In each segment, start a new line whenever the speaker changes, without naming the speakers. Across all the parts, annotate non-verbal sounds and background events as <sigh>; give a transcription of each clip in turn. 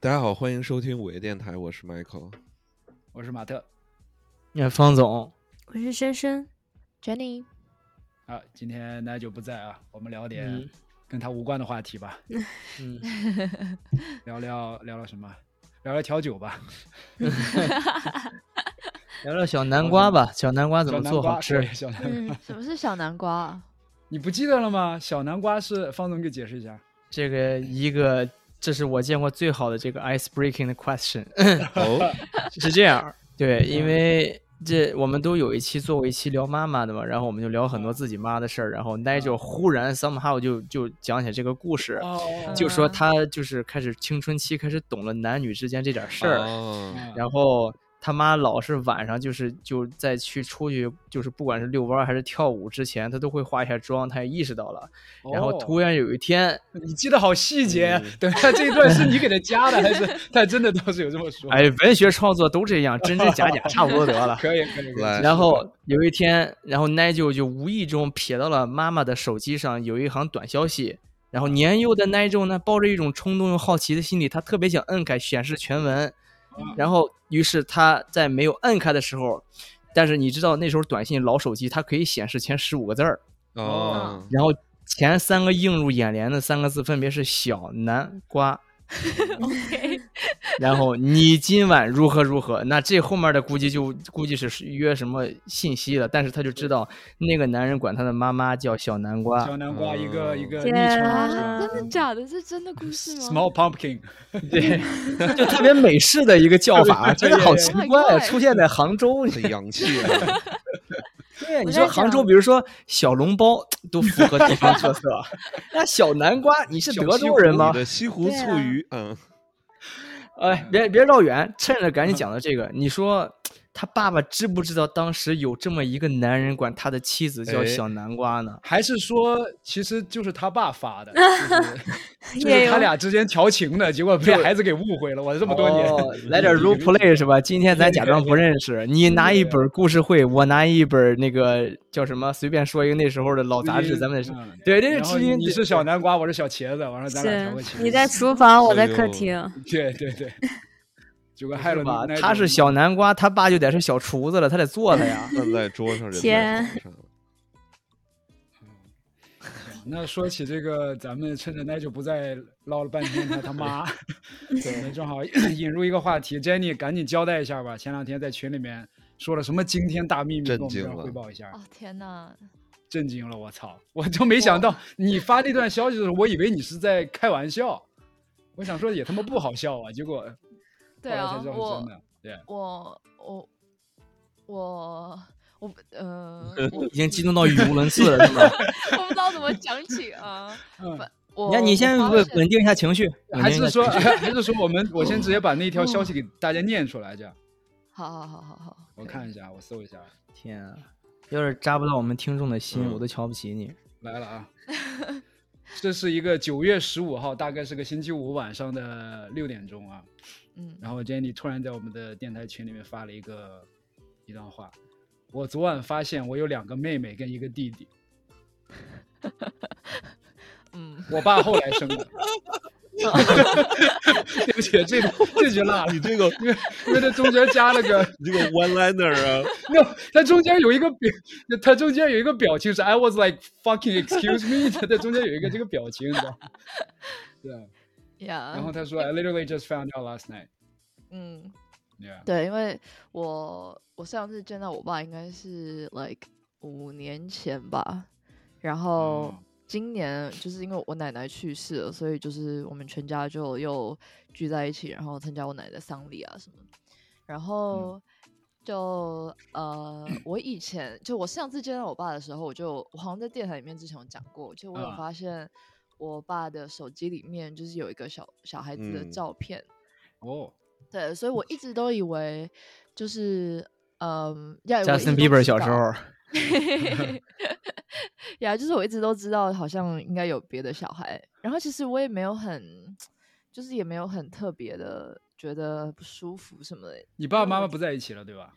大家好，欢迎收听午夜电台，我是 <laughs> Michael。
我是马特
哎，方总，
我是深深，
Jenny，
啊，今天奶酒不在啊，我们聊点
嗯
跟他无关的话题吧，
嗯，
聊聊聊聊什么？聊聊调酒吧，
聊聊小南瓜吧，小南瓜怎
小
么
南
做好
瓜
吃
对？小南瓜，
嗯，什么是小南瓜啊？
你不记得了吗？小南瓜是方总给解释一下，
这个一个，这是我见过最好的这个 ice breaking 的 question， <laughs>
哦，
是这样儿，对，
嗯
因为这我们都有一期做过一期聊妈妈的嘛，然后我们就聊很多自己妈的事儿，然
嗯
后 Nigel 忽然 somehow 就就讲起这个故事，
哦
就说
啊
他就是开始青春期开始懂了男女之间这点儿事儿，
啊
哦
然后他妈老是晚上就是就在去出去，就是不管是遛弯儿还是跳舞之前，她都会化一下妆，她也意识到了。然后突嗯然有一天，
哦你记得好细节，等一下这一段是你给他加的，还是 <laughs> 他真的倒是有这么说？，
哎，文学创作都这样，真真假假，差不多得了。
可以可以，可以
来
然后有一天，然后 Nigel 就无意中瞥到了妈妈的手机上有一行短消息。然后年幼的 Nigel 呢，抱着一种冲动又好奇的心理，他特别想摁开显示全文。然后，于是他在没有摁开的时候，但是你知道那时候短信老手机它可以显示前十五个字儿，
哦，
然后前三个映入眼帘的三个字分别是小南
<laughs>
瓜。然后你今晚如何如何？那这后面的估计就估计是约什么信息了，但是他就知道那个男人管他的妈妈叫小南瓜
小，南瓜一个
嗯
一个昵
天
称
啊
是吧
真的假的？这真的故事吗
，Small Pumpkin，
对，就特别美式的一个叫法，真的好奇怪啊，
对对对
出现在杭州。
很洋气啊！
对，你说
我在
杭州，
想
比如说小笼包都符合地方特色，
<laughs>
那小南瓜，你是
小
德
西
州人
湖
吗
你？的西湖
对啊
醋鱼，嗯，
嗯
哎，别别绕远，趁着赶紧讲到这个，你说他爸爸知不知道当时有这么一个男人管他的妻子叫
哎
小南瓜呢？
还是说其实就是他爸发
<laughs>
的，就是就
也
是
有
他俩之间调情的，结果被孩子给误会了。我这么多年，
哦来点 role play 是吧？今天咱假装不认识，你拿一本故事会，我拿一本那个叫什么？随便说一个那时候的老 <laughs> 杂志，咱们得是
嗯
对，这是
然后
知
你
音。
你是小南瓜，我是小茄子，完了咱俩调个
是
情。
你在厨房，我在
哎
客
呦
厅，
对对对，就跟害
是
了
吧
那？
他是小南瓜，他爸就得是小厨子了，他得做他
<laughs>
呀。
摁在桌上，人在
天
床上了
那说起这个，咱们趁着奶酒不在，唠了半天他他妈， <laughs> 我们正好引入一个话题，Jenny 赶紧交代一下吧。前两天在群里面说了什么惊天大秘密，
震
跟我们
惊
这儿汇
了
报一下，
哦天哪！
震惊了！我操，我就没想到你发那段消息的时候，我以为你是在开玩笑，我想说也他妈不好笑啊，结果后
<laughs> 对
来
啊
才，知道是
我
真的。对，
我我我我呃，我
已经激动到语无伦次了，是吧？
我不知道怎么讲起啊。
嗯
反 <laughs> 我
你看，你先
我发
稳
现
稳定一下情绪，稳
还
定一
是
下
说
情
<laughs>
绪
还是说我们我先直接把那条消息
嗯
给大家念出来，这样
好好好好好，
我看一下，我搜一下，
天啊，要是扎不到我们听众的心，
嗯
我都瞧不起你。
来了
<laughs>
啊。这是一个九月十五号，大概是个星期五晚上的六点钟啊。
嗯，
然后 Jenny 突然在我们的电台群里面发了一个一段话：我昨晚发现我有两个妹妹跟一个弟弟，
嗯，
我爸后来生的。 <laughs> 对不起，这个这句落了，
你 <laughs> 这个
因为因为这中间加了个
你这个 one liner 啊，
那它中间有一个表，它中间有一个表情是 I was like fucking excuse me，它在中间有一个这个表情，你知道吗？对啊，
呀，
然后他说 I literally just found out last night，
嗯，
对啊，
对，因为我我上次见到我爸应该是 like 五年前吧，然后
哦
今年就是因为我奶奶去世了，所以就是我们全家就又聚在一起，然后参加我奶奶的丧礼啊什么的，然后。就呃，我以前就我上次见到我爸的时候，我就我好像在电台里面之前有讲过，就我有
啊
发现我爸的手机里面就是有一个小小孩子的
嗯
照片，
哦，
对，所以
嗯
我一直都以为就是，嗯，呀，
贾
我一
森
直
比
都
伯
知
小时
道，
候， <laughs>
<laughs> 呀，就是我一直都知道，好像应该有别的小孩，然后其实我也没有很，就是也没有很特别的觉得不舒服什么的，
你爸爸妈妈不在一起了，对吧？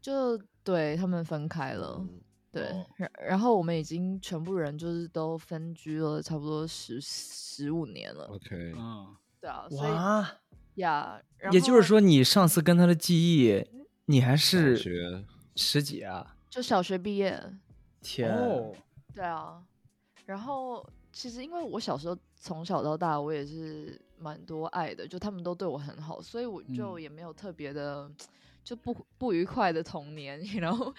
就对他们分开了，
嗯
嗯
对，
哦
然然后我们已经全部人就是都分居了，差不多十十五年了，
OK，
嗯，
对啊，所以
哦哇，
呀、然
也就
后
是说，你上次跟他的记忆，你还
大
是
学
十几啊？
就小学毕业，
天，
哦，
对啊，然后其实因为我小时候从小到大，我也是蛮多爱的，就他们都对我很好，所以我就
嗯
也没有特别的就不不愉快的童年， <laughs> 然后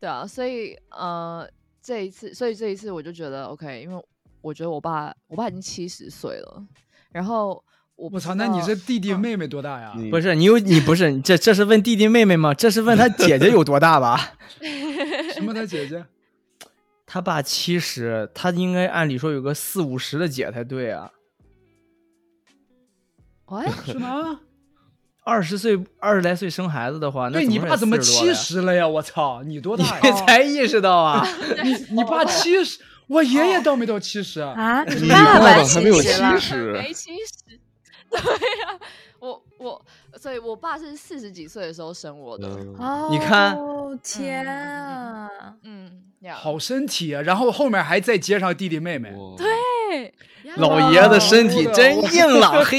对啊，所以呃这一次，所以这一次我就觉得 OK，因为我觉得我爸我爸已经七十岁了，然后我不
我操，
知
那你
道
这弟弟
嗯
妹妹多大呀？
你
不是你有你不是你这这是问弟弟妹妹吗？这是 <laughs> 问他姐姐有多大吧？
什么他姐姐？
<laughs> 他爸七十，他应该按理说有个四五十的姐才对啊。
<laughs>
喂，
是吗？
二十岁二十来岁生孩子的话，那
对你
说
爸
也
怎么
40多了
七
呀？
十了呀？我操，你多大
<laughs> 你
呀？
哦
才意识到 <laughs> 啊？
你你爸七十，我爷爷倒没到七十 <laughs>
<laughs>
啊。
啊，
你
爸
爸爸
七
还没有
十了
七，十，
没七十。 <laughs> 对呀、我我，所以我爸是四十几岁的时候生我的。
嗯，
哦，
你看，
天
嗯
啊，
嗯，呀
好身体啊，然后后面还再接上弟弟妹妹，
<laughs>
对，
对，
呀
老爷子身体
哦
真硬 <laughs> 朗，嘿，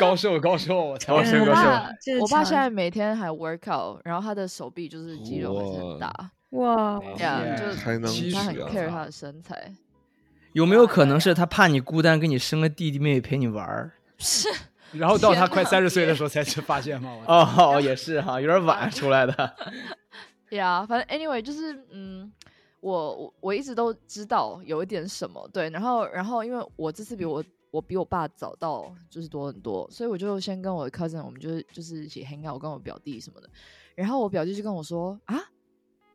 高寿高寿，我操
高！寿高寿。
爸
这
我爸
强
现在每天还 workout，然后他的手臂就是肌肉还是很
哇
大，
哇，
对呀，
天
就是
还能
七
他
十
很
啊
care 他的身材。
有没有可能是他怕你孤单，给你生个弟弟妹妹陪你玩儿？
<laughs> 然后到他
天
快
哪
三十岁的时候才去发现嘛，我操！
哦，也是哈，有点晚出来的。
呀，反正 anyway 就是嗯，我我我一直都知道有一点什么对，然后然后因为我这次比我我比我爸早到就是多很多，所以我就先跟我的 cousin 我们就是就是一起 hang out，我跟我表弟什么的，然后我表弟就跟我说啊，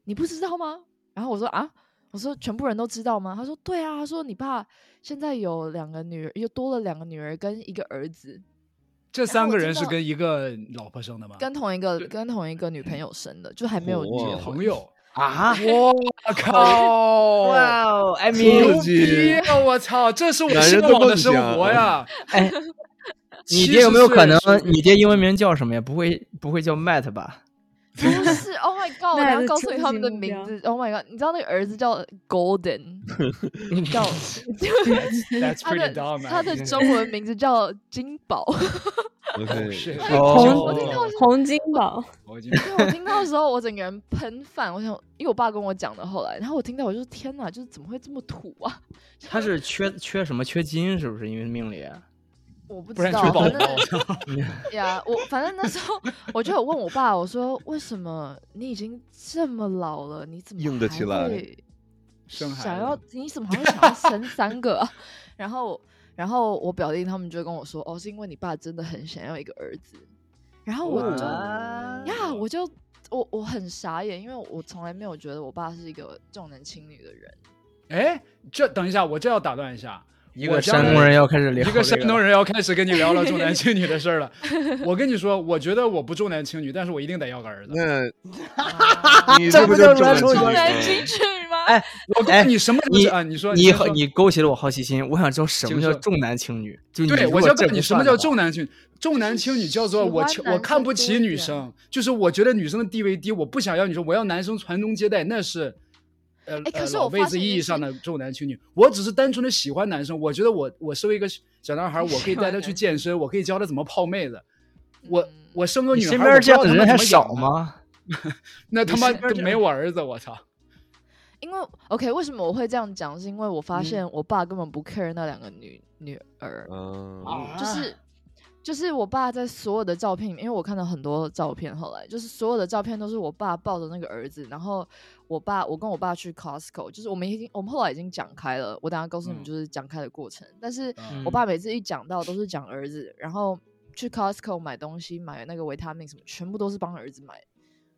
你不知道吗？然后我说啊。我说全部人都知道吗？他说对啊，他说你爸现在有两个女儿，又多了两个女儿跟一个儿子，
这三个
然后我
人
知
是
道
跟一个老婆生的吗？
跟同一个跟同一个女朋友生的，就还没有
哇
结婚
朋。友。
啊！
我靠！
<laughs> 哇哦，艾米，
牛逼啊！我操，这是我
男
向
人的
往的
梦
生
想啊
活呀！
哎，你
70
爹有没有可能
岁的时？候
你爹英文名叫什么呀？不会不会叫 Matt 吧？
不
<laughs>
是，Oh my God！我
那
等
还
下
是
告诉你
终
他们
极
的
目
名
标
字。Oh my God！你知道那个儿子叫
<laughs>
Golden，叫
<laughs> That's
<laughs> 他
pretty
的
dumb.
他的
嗯
man. <laughs>
中文名字叫金宝。
OK，
红
我听到
哦
<laughs> 的时候
洪金宝，
我已经
因为我听到的时候，我整个人喷饭。我想，因为我爸跟我讲的，后来，然后我听到，我就说天哪，就是怎么会这么土啊？
他是缺缺什么？缺金是不是？因为命里
啊
<laughs>
我
不
不知
然
道，
缺宝
反
宝
正。呀，我反正那时候我就有问我爸，我说为什么你已经这么老了，你怎么
硬得起
还
来
会
<laughs> 生孩
想
子
要你怎么还会想要
<laughs>
生三个、啊？然后，然后我表弟他们就跟我说，哦，是因为你爸真的很想要一个儿子。
<laughs>
然后我就
哇
呀，我就我我很傻眼，因为我从来没有觉得我爸是一个重男轻女
<laughs>
的人。
哎，这等一下，我这要打断一下。
一
我
个
家
山东人要开始聊
一个山东
人，
人要开始跟你聊聊重男轻女的事儿了。 <laughs> 我跟你说，我觉得我不重男轻女，但是我一定得要个儿子。
那
啊
你
这
不
不
就
就来
重
说
重
男
男
轻女
轻
吗？
女吗？
哎
我告
哎
诉你什么都
你
是啊？你说
你
先说
你勾起了我好奇心，我想知道什么
请
叫
说
重男轻女。就你
对，
如
我
果
就
这
告诉你
不
什么
算的
叫
话
重男轻女。重男轻女叫做
喜
我
欢
瞧
男
我看
生
不
多
起
一
女
点
生，就是我觉得女生的地位低，我不想要女生，我要男生传宗接代，那是。呃，
哎可
呃
是
老
我
辈
发
子
现
意
一
义
件
上
事
的重男轻女，我只是单纯的喜欢男生。我觉得我我身为一个小男孩儿，我可以
喜
带
欢
他
男
去
生
健身，我可以教他怎么泡妹子。我
嗯
我生个
你
女孩
身
儿，我
边
不知
这样
道
的
他们
人还
怎么养
少
的？
吗？
那他妈
身边这
没我儿子，我操！
因为 OK，为什么我会这样讲？是因为我
嗯
发现我爸根本不 care 那两个女女儿，
嗯，
啊
就是就是我爸在所有的照片里面，因为我看到很多照片，后来就是所有的照片都是我爸抱着那个儿子，然后我爸我跟我爸去 Costco，就是我们已经我们后来已经讲开了，我等下告诉你
嗯
们就是讲开的过程，但是
嗯
我爸每次一讲到都是讲儿子，然后去 Costco 买东西买那个维他命什么，全部都是帮儿子买，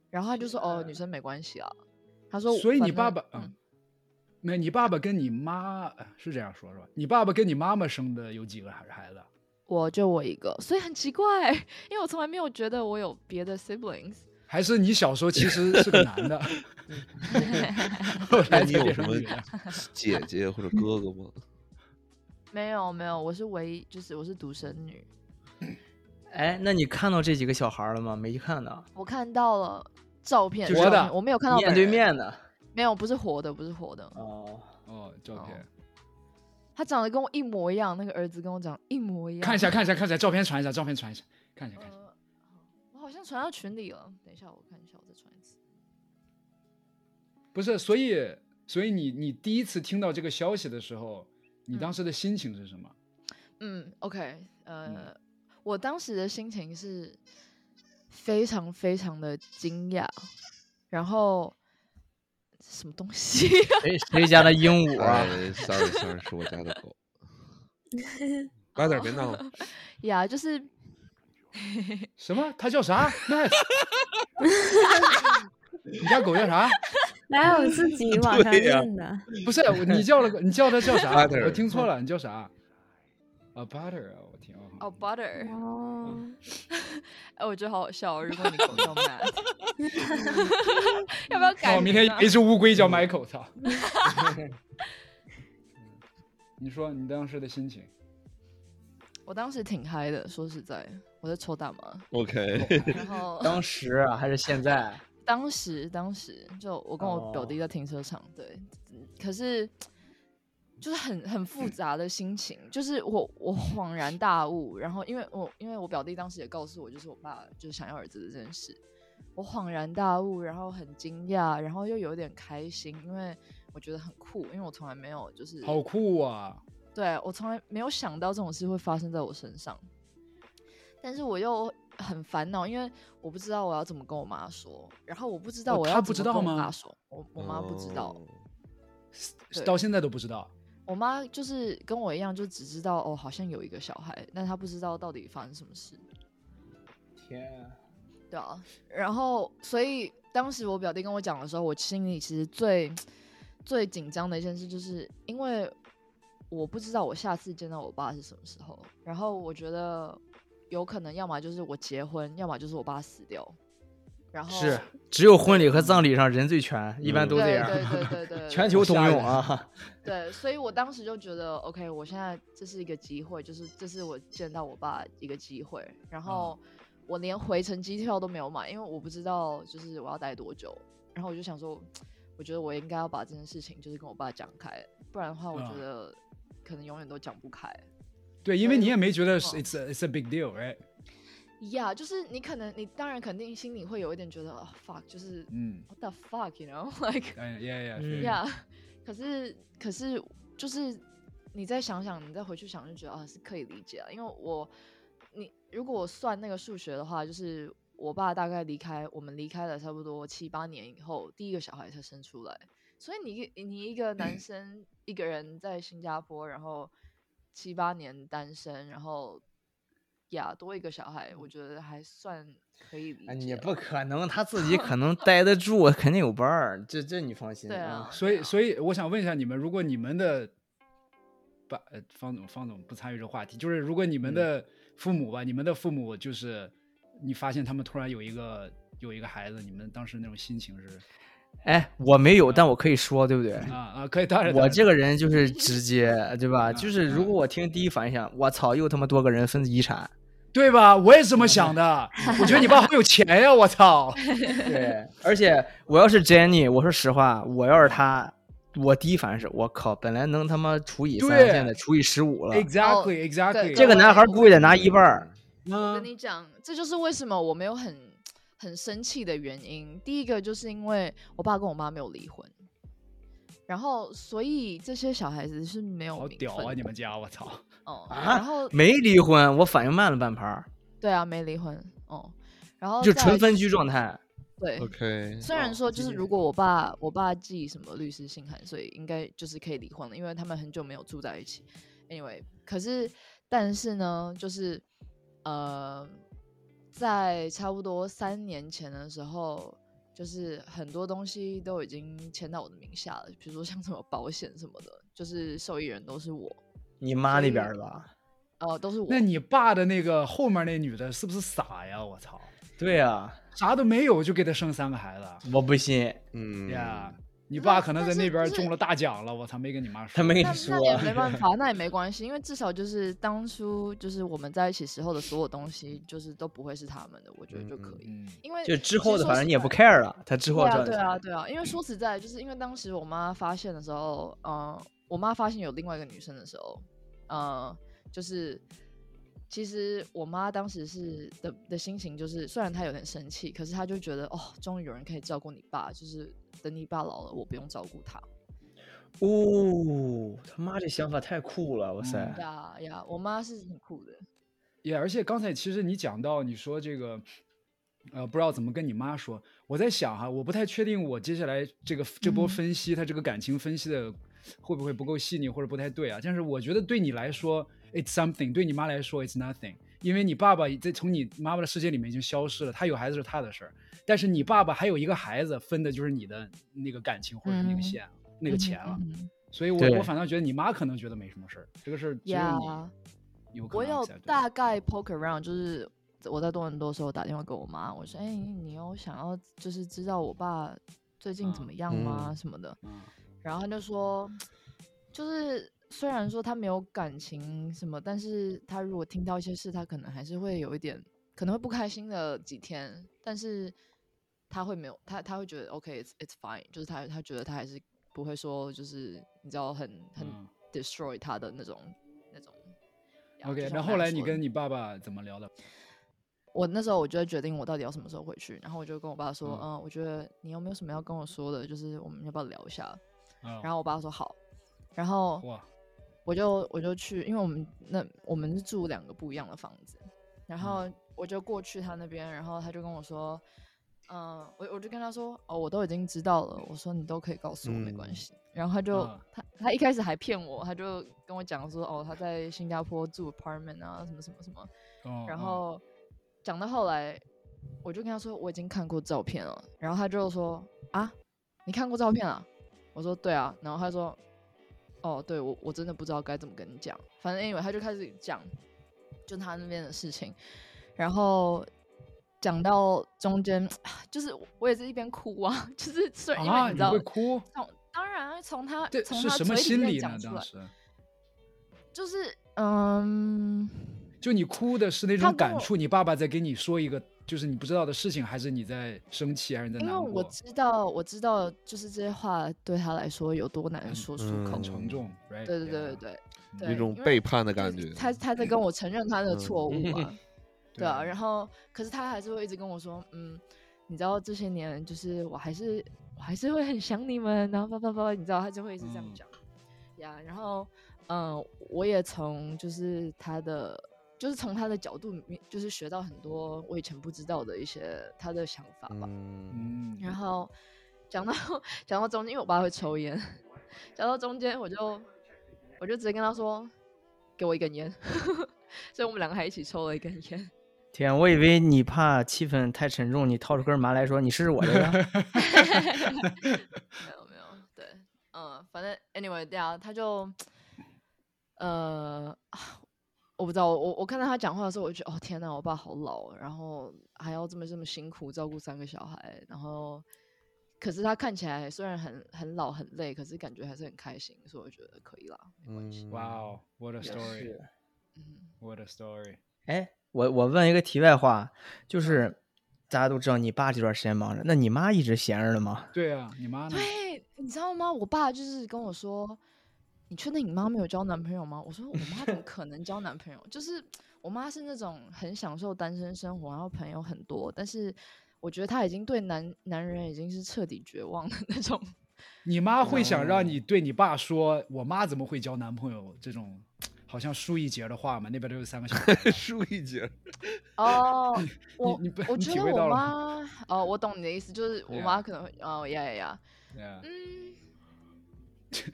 然后他就说哦女生没关系啊，他说
所以
反
你爸
正
爸，
嗯
嗯，没，你爸爸跟你妈呃是这样说是吧？你爸爸跟你妈妈生的有几个孩孩子啊？
我就我一个，所以很奇怪，因为我从来没有觉得我有别的 siblings。
还是你小时候其实是个男的， <laughs> 后
那
来
你
才
有
变
什
成
么
女的？
姐姐或者哥哥吗？
没有没有，我是唯一，就是我是独生女。
哎，那你看到这几个小孩了吗？没看到，
我看到了照片，
就是
照
的
片我没有看到
面
本
对
人，
面的。
没有，不是活的，不是活的。
哦，
哦，照片，
他长得跟我一模一样，那个儿子跟我长一模一样。
看一下，看一下，看一下，照片传一下，照片传一下，看一下，看一下。
呃，我好像传到群里了，等一下我看一下，我再传一次。
不是，所以，所以你你第一次听到这个消息的时候，你
嗯
当时的心情是什么？
嗯，OK，呃，我当时的心情是非常非常的惊讶，然后什么东西？啊 <laughs>
谁谁家的鹦鹉 <laughs> 啊？
哎，sorry sorry，是我家的
<laughs>
狗。八点别闹了，
呀就是
什么？它叫啥
<laughs>
？Matt，你家狗叫啥？
哪有自己网上认的？
不是我你叫了个，你叫它叫啥？
Butter
我听错了，你叫啥？啊，butter 啊，我听啊。
哦，butter，
哦，
哎，我觉得好好笑哦。如果你狗叫 Matt，要不
那
要改
我哦明
名
天
啊
有一只乌龟叫 Michael，操！
<laughs>
你说你当时的心情？
我当时挺嗨的，说实在，我在抽大
<laughs>
麻，
OK，
然后
当时啊，还是现在？
当时当时就我跟我表
哦
弟在停车场，对，可是就是很很复杂的心情，就是我我恍然大悟，然后因为我因为我表弟当时也告诉我，就是我爸就是想要儿子的这件事，我恍然大悟，然后很惊讶，然后又有点开心，因为我觉得很酷，因为我从来没有就是
好酷啊！
对我从来没有想到这种事会发生在我身上，但是我又很烦恼，因为我不知道我要怎么跟我妈说，然后我不知道
哦
我
她
要
不
怎
知
么
道
跟我
吗
妈说，我我妈不知道，
哦
对
到现在都不知道。
我妈就是跟我一样，就只知道哦，好像有一个小孩，但她不知道到底发生什么事，
天，
对啊，然后所以当时我表弟跟我讲的时候，我心里其实最最紧张的一件事，就是因为我不知道我下次见到我爸是什么时候，然后我觉得有可能要么就是我结婚，要么就是我爸死掉，然后
是只有婚礼和葬礼上人最全，一般
嗯
都这
哦对
样，
对对对对
<laughs>
对，
全球通用啊。
对，所以我当时就觉得，OK，我现在这是一个机会，就是这是我见到我爸一个机会。然后
嗯
我连回程机票都没有买，因为我不知道就是我要待多久。然后我就想说，我觉得我应该要把这件事情就是跟我爸讲开，不然的话，我觉
嗯
得可能永远都讲不开。
对，因为
对
你也没觉得
哦
是 it's a, it's a big deal，right？
呀、就是你可能你当然肯定心里会有一点觉得啊、fuck，就是
嗯，
what the fuck，you <laughs> know，like
哎，yeah yeah，
嗯
sure
呀、可是可是就是你再想想，你再回去想，就觉得啊是可以理解啊，因为我你如果我算那个数学的话，就是我爸大概离开我们离开了差不多七八年以后，第一个小孩才生出来，所以你一个你一个男生一个人在新加坡，然后七八年单身，然后。呀，多一个小孩，我觉得还算可以理
<laughs>
解啊
哎
了。
你不可能，他自己可能待得住，肯定有伴儿，这这你放心
对啊，
所以，所以我想问一下你们，如果你们的爸，呃，方总，方总不参与这话题，就是如果你们
嗯
的父母吧，你们的父母就是你发现他们突然有一个有一个孩子，你们当时那种心情是
哎，我没有，但我可以说，对不对？
啊啊，可以，当然，
我这
个
个人就是直接，对吧？就是如果我听第一反应想，我操，又他妈多个人分遗产，
对吧？我也是这么想的，我觉得你爸好有钱呀、我
<laughs>
操！
对，而且我要是 Jenny，我说实话，我要是她，我第一反应是我靠，本来能他妈除以三，
对哎
现在除以十五了。
Exactly, exactly。
对
哦这个男孩估计得拿一半儿。
我
嗯
跟你讲，这就是为什么我没有很很生气的原因。第一个就是因为我爸跟我妈没有离婚，然后所以这些小孩子是没有
好
名
屌啊！
分
你
的
们嗯家，我操！
哦、
啊
然后
没离婚，我反应慢了半拍儿，
对啊，没离婚哦、然后
就
再
纯
来
分居状态。
对。
OK，
虽然说，就是如果我爸我爸寄什么律师信函，所以应该就是可以离婚了，因为他们很久没有住在一起。Anyway，可是但是呢，就是呃，在差不多三年前的时候，就是很多东西都已经签到我的名下了，比如说像什么保险什么的，就是受益人都是我，
你妈那边儿吧？
呃，都是我。
那你爸的那个后面那女的是不是傻呀？我操，
对啊，
啥都没有就给他生三个孩子啊
我不信，
嗯，
呀？你
那
爸可能
但
在
是
那边
就是
中了大奖了，我操，没跟你妈说。
他没跟
那
你说啊
那也没
<laughs>
办法，那也没关系，因为至少就是当初就是我们在一起时候的所有东西，就是都不会是他们的，我觉得就可以。
嗯，
因为
就之
其
后
实
的，
说
反正
实
你也不
在
care 了。他之后
对啊，
照
对啊，对啊，因为说实在，就是因为当时我妈发现的时候，嗯、我妈发现有另外一个女生的时候，呃，就是其实我妈当时是的的心情就是，虽然她有点生气，可是她就觉得哦，终于有人可以照顾你爸，就是等你爸老了，我不用照顾他。
哦，他妈这想法太酷了，哇塞！
嗯
呀呀，我妈是很酷的，
也而且刚才其实你讲到你说这个，呃，不知道怎么跟你妈说，我在想哈，我不太确定我接下来这个这波
嗯
分析，她这个感情分析的会不会不够细腻或者不太对啊？但是我觉得对你来说，it's something；对你妈来说，it's nothing。因为你爸爸在从你妈妈的世界里面已经消失了，他有孩子是他的事儿，但是你爸爸还有一个孩子，分的就是你的那个感情或者是那个
嗯
线、啊那个钱了。
嗯嗯嗯
所以我
对
我反倒觉得你妈可能觉得没什么事儿，这个事儿只有你
呀
有可
我
能
有
accept 的
大概 poke around，就是我在多伦多的时候打电话给我妈，我说：“哎、你有想要就是知道我爸最近怎
嗯
么样吗？
嗯
什么的。
嗯
然后他就说，就是虽然说他没有感情什么，但是他如果听到一些事，他可能还是会有一点，可能会不开心的几天，但是他会没有，他他会觉得 OK，it's it's fine，就是他他觉得他还是不会说就是你知道很很
嗯
destroy 他的那种那种。呀
OK，
就像
那
我
后
刚才
来你
说的
跟你爸爸怎么聊的？
我那时候我就会决定我到底要什么时候回去，然后我就跟我爸说，
嗯
嗯，我觉得你有没有什么要跟我说的，就是我们要不要聊一下？
啊
然后我爸说好，然后
哇，
我就我就去，因为我们那我们是住两个不一样的房子，
嗯
然后我就过去他那边，然后他就跟我说，嗯、我我就跟他说，哦，我都已经知道了，我说你都可以告诉我，没关
嗯
系。然后他就、
啊
他他一开始还骗我，他就跟我讲说，哦，他在新加坡住 apartment 啊，什么什么什么，
哦
然
哦
后讲到后来，我就跟他说我已经看过照片了，然后他就说啊，你看过照片啊？我说对啊，然后他说哦，对我我真的不知道该怎么跟你讲，反正 anyway 他就开始讲就他那边的事情，然后。讲到中间， <sighs> 就是我我也是一边哭啊， <laughs> 就是虽然因为
啊，
你
你
知道，
会哭？
从当然啊从他
这
从
是
他
什么
嘴里
心
面
理呢
讲？出
当
来，
时
就是嗯，
就你哭的是那
他
种
跟
感
我
触，你爸爸在跟你说一个就是你不知道的事情，还是你在生气，还是你在
因为
难
我
过？
知道，我知道，就是这些话对他来说有多难说出口。
很
嗯
沉重，right？嗯
对对对
yeah
对
有一
对，
种
因为
背叛的感
就是
觉。啊
他他在跟我承认他的
嗯
错误啊， <laughs> 对啊。
对
然后，可是他还是会一直跟我说，嗯，你知道这些年，就是我还是我还是会很想你们，然后叭叭叭，你知道，他就会一直这样
嗯
讲呀。然后，嗯，我也从就是他的。就是从他的角度里面，就是学到很多我以前不知道的一些他的想法吧。
嗯，
嗯，
然后讲到 <laughs> 讲到中间，因为我爸会抽烟， <laughs> 讲到中间我就我就直接跟他说，给我一根烟， <laughs> 所以我们两个还一起抽了一根烟。
天，我以为你怕气氛太沉重，你掏出根麻来说：“你试试我这
<laughs>
个。
<laughs> 没有没有，对，嗯，反正 anyway，对啊，他就呃，我不知道，我我看到他讲话的时候，我就觉得哦天呐，我爸好老，哦然后还要这么这么辛苦照顾三个小孩，然后。可是他看起来虽然很很老很累，可是感觉还是很开心，所以我觉得可以啦，没关系。
嗯
哇哦，what a ” story，
嗯
what a story，
哎，我我问一个题外话，就是大家都知道你爸这段时间忙着，那你妈一直闲着了吗？
对啊，你妈呢？
对，你知道吗？我爸就是跟我说：“你确定你妈没有交男朋友吗？”我说：“我妈怎么可能交男朋友？就是我妈是那种很享受单身生活，然后朋友很多，但是我觉得她已经对男男人已经是彻底绝望的 <laughs> 那种。
你妈会想
嗯
让你对你爸说“我妈怎么会交男朋友”这种好像输一截的话嘛？那边都有三个小孩，
<laughs> 输一截，
哦， <laughs> 我
你不
我
你
觉
体
得
会
我
到了
妈哦，我懂你的意思，就是我
对啊
妈可能会哦呀呀呀，
对啊
嗯，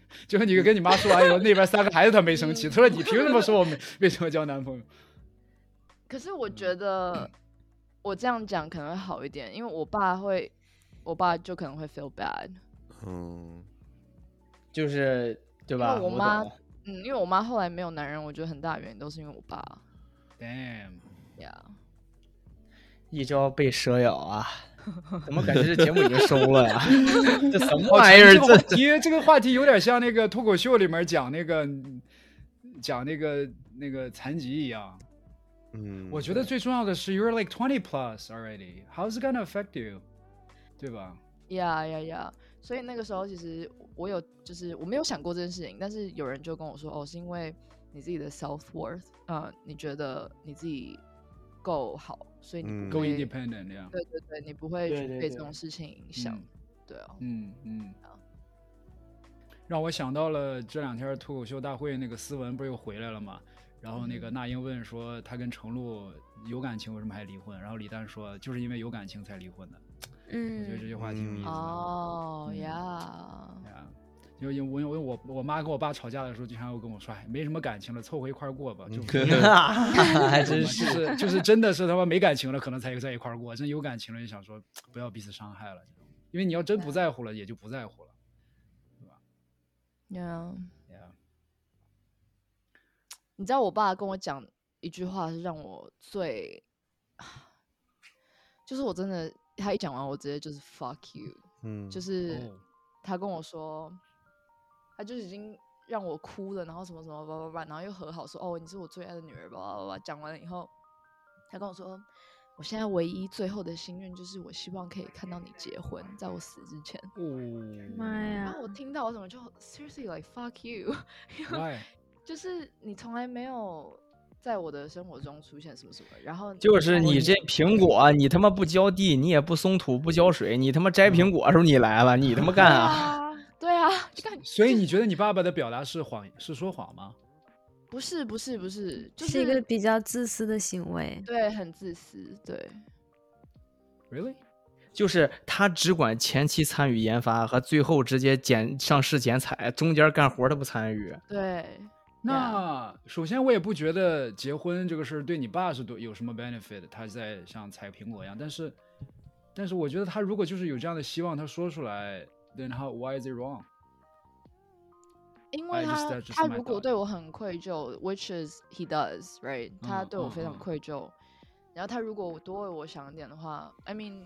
<laughs> 就是你跟你妈说，哎呦，那边三个孩子她没生气，她说你凭什么说我没没什么交男朋友？
可是我
嗯
觉得我这样讲可能会好一点，因为我爸会，我爸就可能会 feel bad。
嗯，
就是对吧？
因为我
懂
妈，嗯，因为我妈后来没有男人，我觉得很大原因都是因为我爸
<laughs>
Damn，
呀。
一朝被蛇咬
<laughs>
啊！怎么感觉这节目已经收了呀？ <laughs> 这什么玩意儿？
啊
这个话
这
题这个话题有点像那个脱口秀里面讲那个讲那个那个残疾一样。
嗯，
我觉得最重要的是，you're like twenty plus already. How's it gonna affect you？对吧？
呀呀呀！所以那个时候其实我有就是我没有想过这件事情，但是有人就跟我说，哦，是因为你自己的 self worth，呃，你觉得你自己够好，所以你
嗯
不
够
会
independent 这样。
对对对，你不会
对
去
对对
被这种事情影响，对啊，
嗯嗯
啊，
让我想到了这两天脱口秀大会那个思文不是又回来了嘛？然后那个那英问说他跟程璐有感情为什么还离婚？然后李诞说就是因为有感情才离婚的。我觉得这
嗯，
句话挺有意思的。
哦
嗯
呀，
对啊，就因为我我我妈跟我爸吵架的时候，经常会跟我说，哎，没什么感情了，凑合一块儿过吧。就
<laughs> 啊还真。
就是是就是真的是他妈没感情了，可能才在一块儿过；真有感情了，就想说不要彼此伤害了这种。因为你要真不在乎了，也就不在乎了。
呀，
对啊
你知道我爸跟我讲一句话是让我最，就是我真的，他一讲完我直接就是 fuck you，
嗯，
就是是
哦
他跟我说，他就已经让我哭了，然后什么什么叭叭叭，然后又和好说哦你是我最爱的女儿叭叭叭叭，讲完了以后，他跟我说我现在唯一最后的心愿就是我希望可以看到你结婚，在我死之前。
哦，
妈
然
呀
后，我听到我怎么就 seriously like fuck you，
喂，
就是你从来没有在我的生活中出现什么什么，然后
就是
然后
你这苹果，啊你他妈不浇地，你也不松土不浇水，你他妈摘苹果的时候你来了，你他妈干啊！
对啊，对啊，就感
所以你觉得你爸爸的表达是谎，是说谎吗？
不是不是不是，就是
一个比较自私的行为。
对很自私，对
Really？
<laughs> 就是他只管前期参与研发和最后直接剪上市剪彩，中间干活他不参与。
对，
那首先我也不觉得结婚这个事儿对你爸是多有什么 benefit，他在像采苹果一样，但是，但是我觉得他如果就是有这样的希望，他说出来，then how why is it wrong？
因
I
为
just-
他
that's just
他
my
如果
thought.
对我很愧疚，which is he does right，他
嗯
对我
嗯
非常
嗯
愧疚，然后他如果多为我想一点的话，I mean，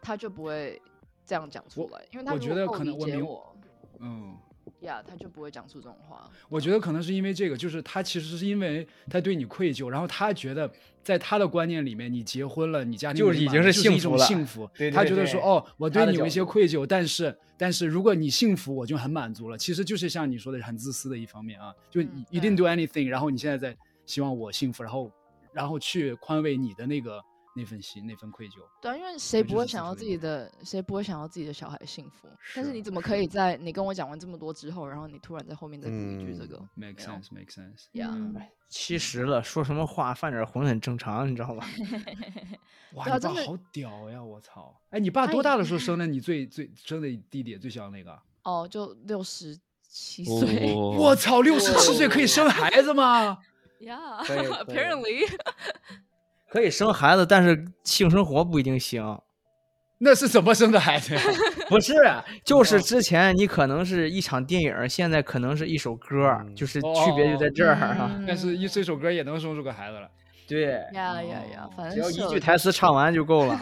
他就不会这样讲出
我
来，因为他
我
如
觉
果
得
够
可能
理
我
解
明
我
嗯，
呀，他就不会讲出这种话，
我觉得可能是因为这个，就是他其实是因为他对你愧疚，然后他觉得在他的观念里面，你结婚了，你家庭
就是
美
已
满
经
了
是
就是
幸
一种
福了
幸福。
对
他
对
觉得
对
说哦，我
他
对
的
你有一
角
些
度
愧疚，但是但是如果你幸福，我就很满足了。其实就是像你说的，很自私的一方面啊，就
嗯
你一定 do anything，然后你现在在希望我幸福，然后然后去宽慰你的那个那份心那份愧疚。
对啊，因为谁
对就
不会
是自
想要
主
自
一
己
点
的，谁不会想要自己的小孩幸福？但是
是
你怎么可以在你跟我讲完这么多之后，然后你突然在后面再补一句这
嗯
个
Make
Yeah.
sense, make sense。
呀？
嗯
七十了，说什么话犯点浑很正常，你知道吧？
哇，
对
你爸
啊真的
好屌呀！我操！哎，你爸多大的时候生的你最最生的弟弟最小那个？
哦，就六十七
不
岁 <laughs>
我操，六十七岁可以生孩子吗？
呀
<laughs> 可以可以
，apparently
可以生孩子，但是性生活不一定行。
<laughs> 那是怎么生的孩子呀？ <laughs>
不是，啊就是之前你可能是一场电影，现在可能是一首歌，
嗯
就是
哦
区别就在这儿啊。
嗯
但是一这首歌也能生出个孩子来。
对，
呀呀呀，
哦
反
只
正
要
射
一句台词唱完就够了。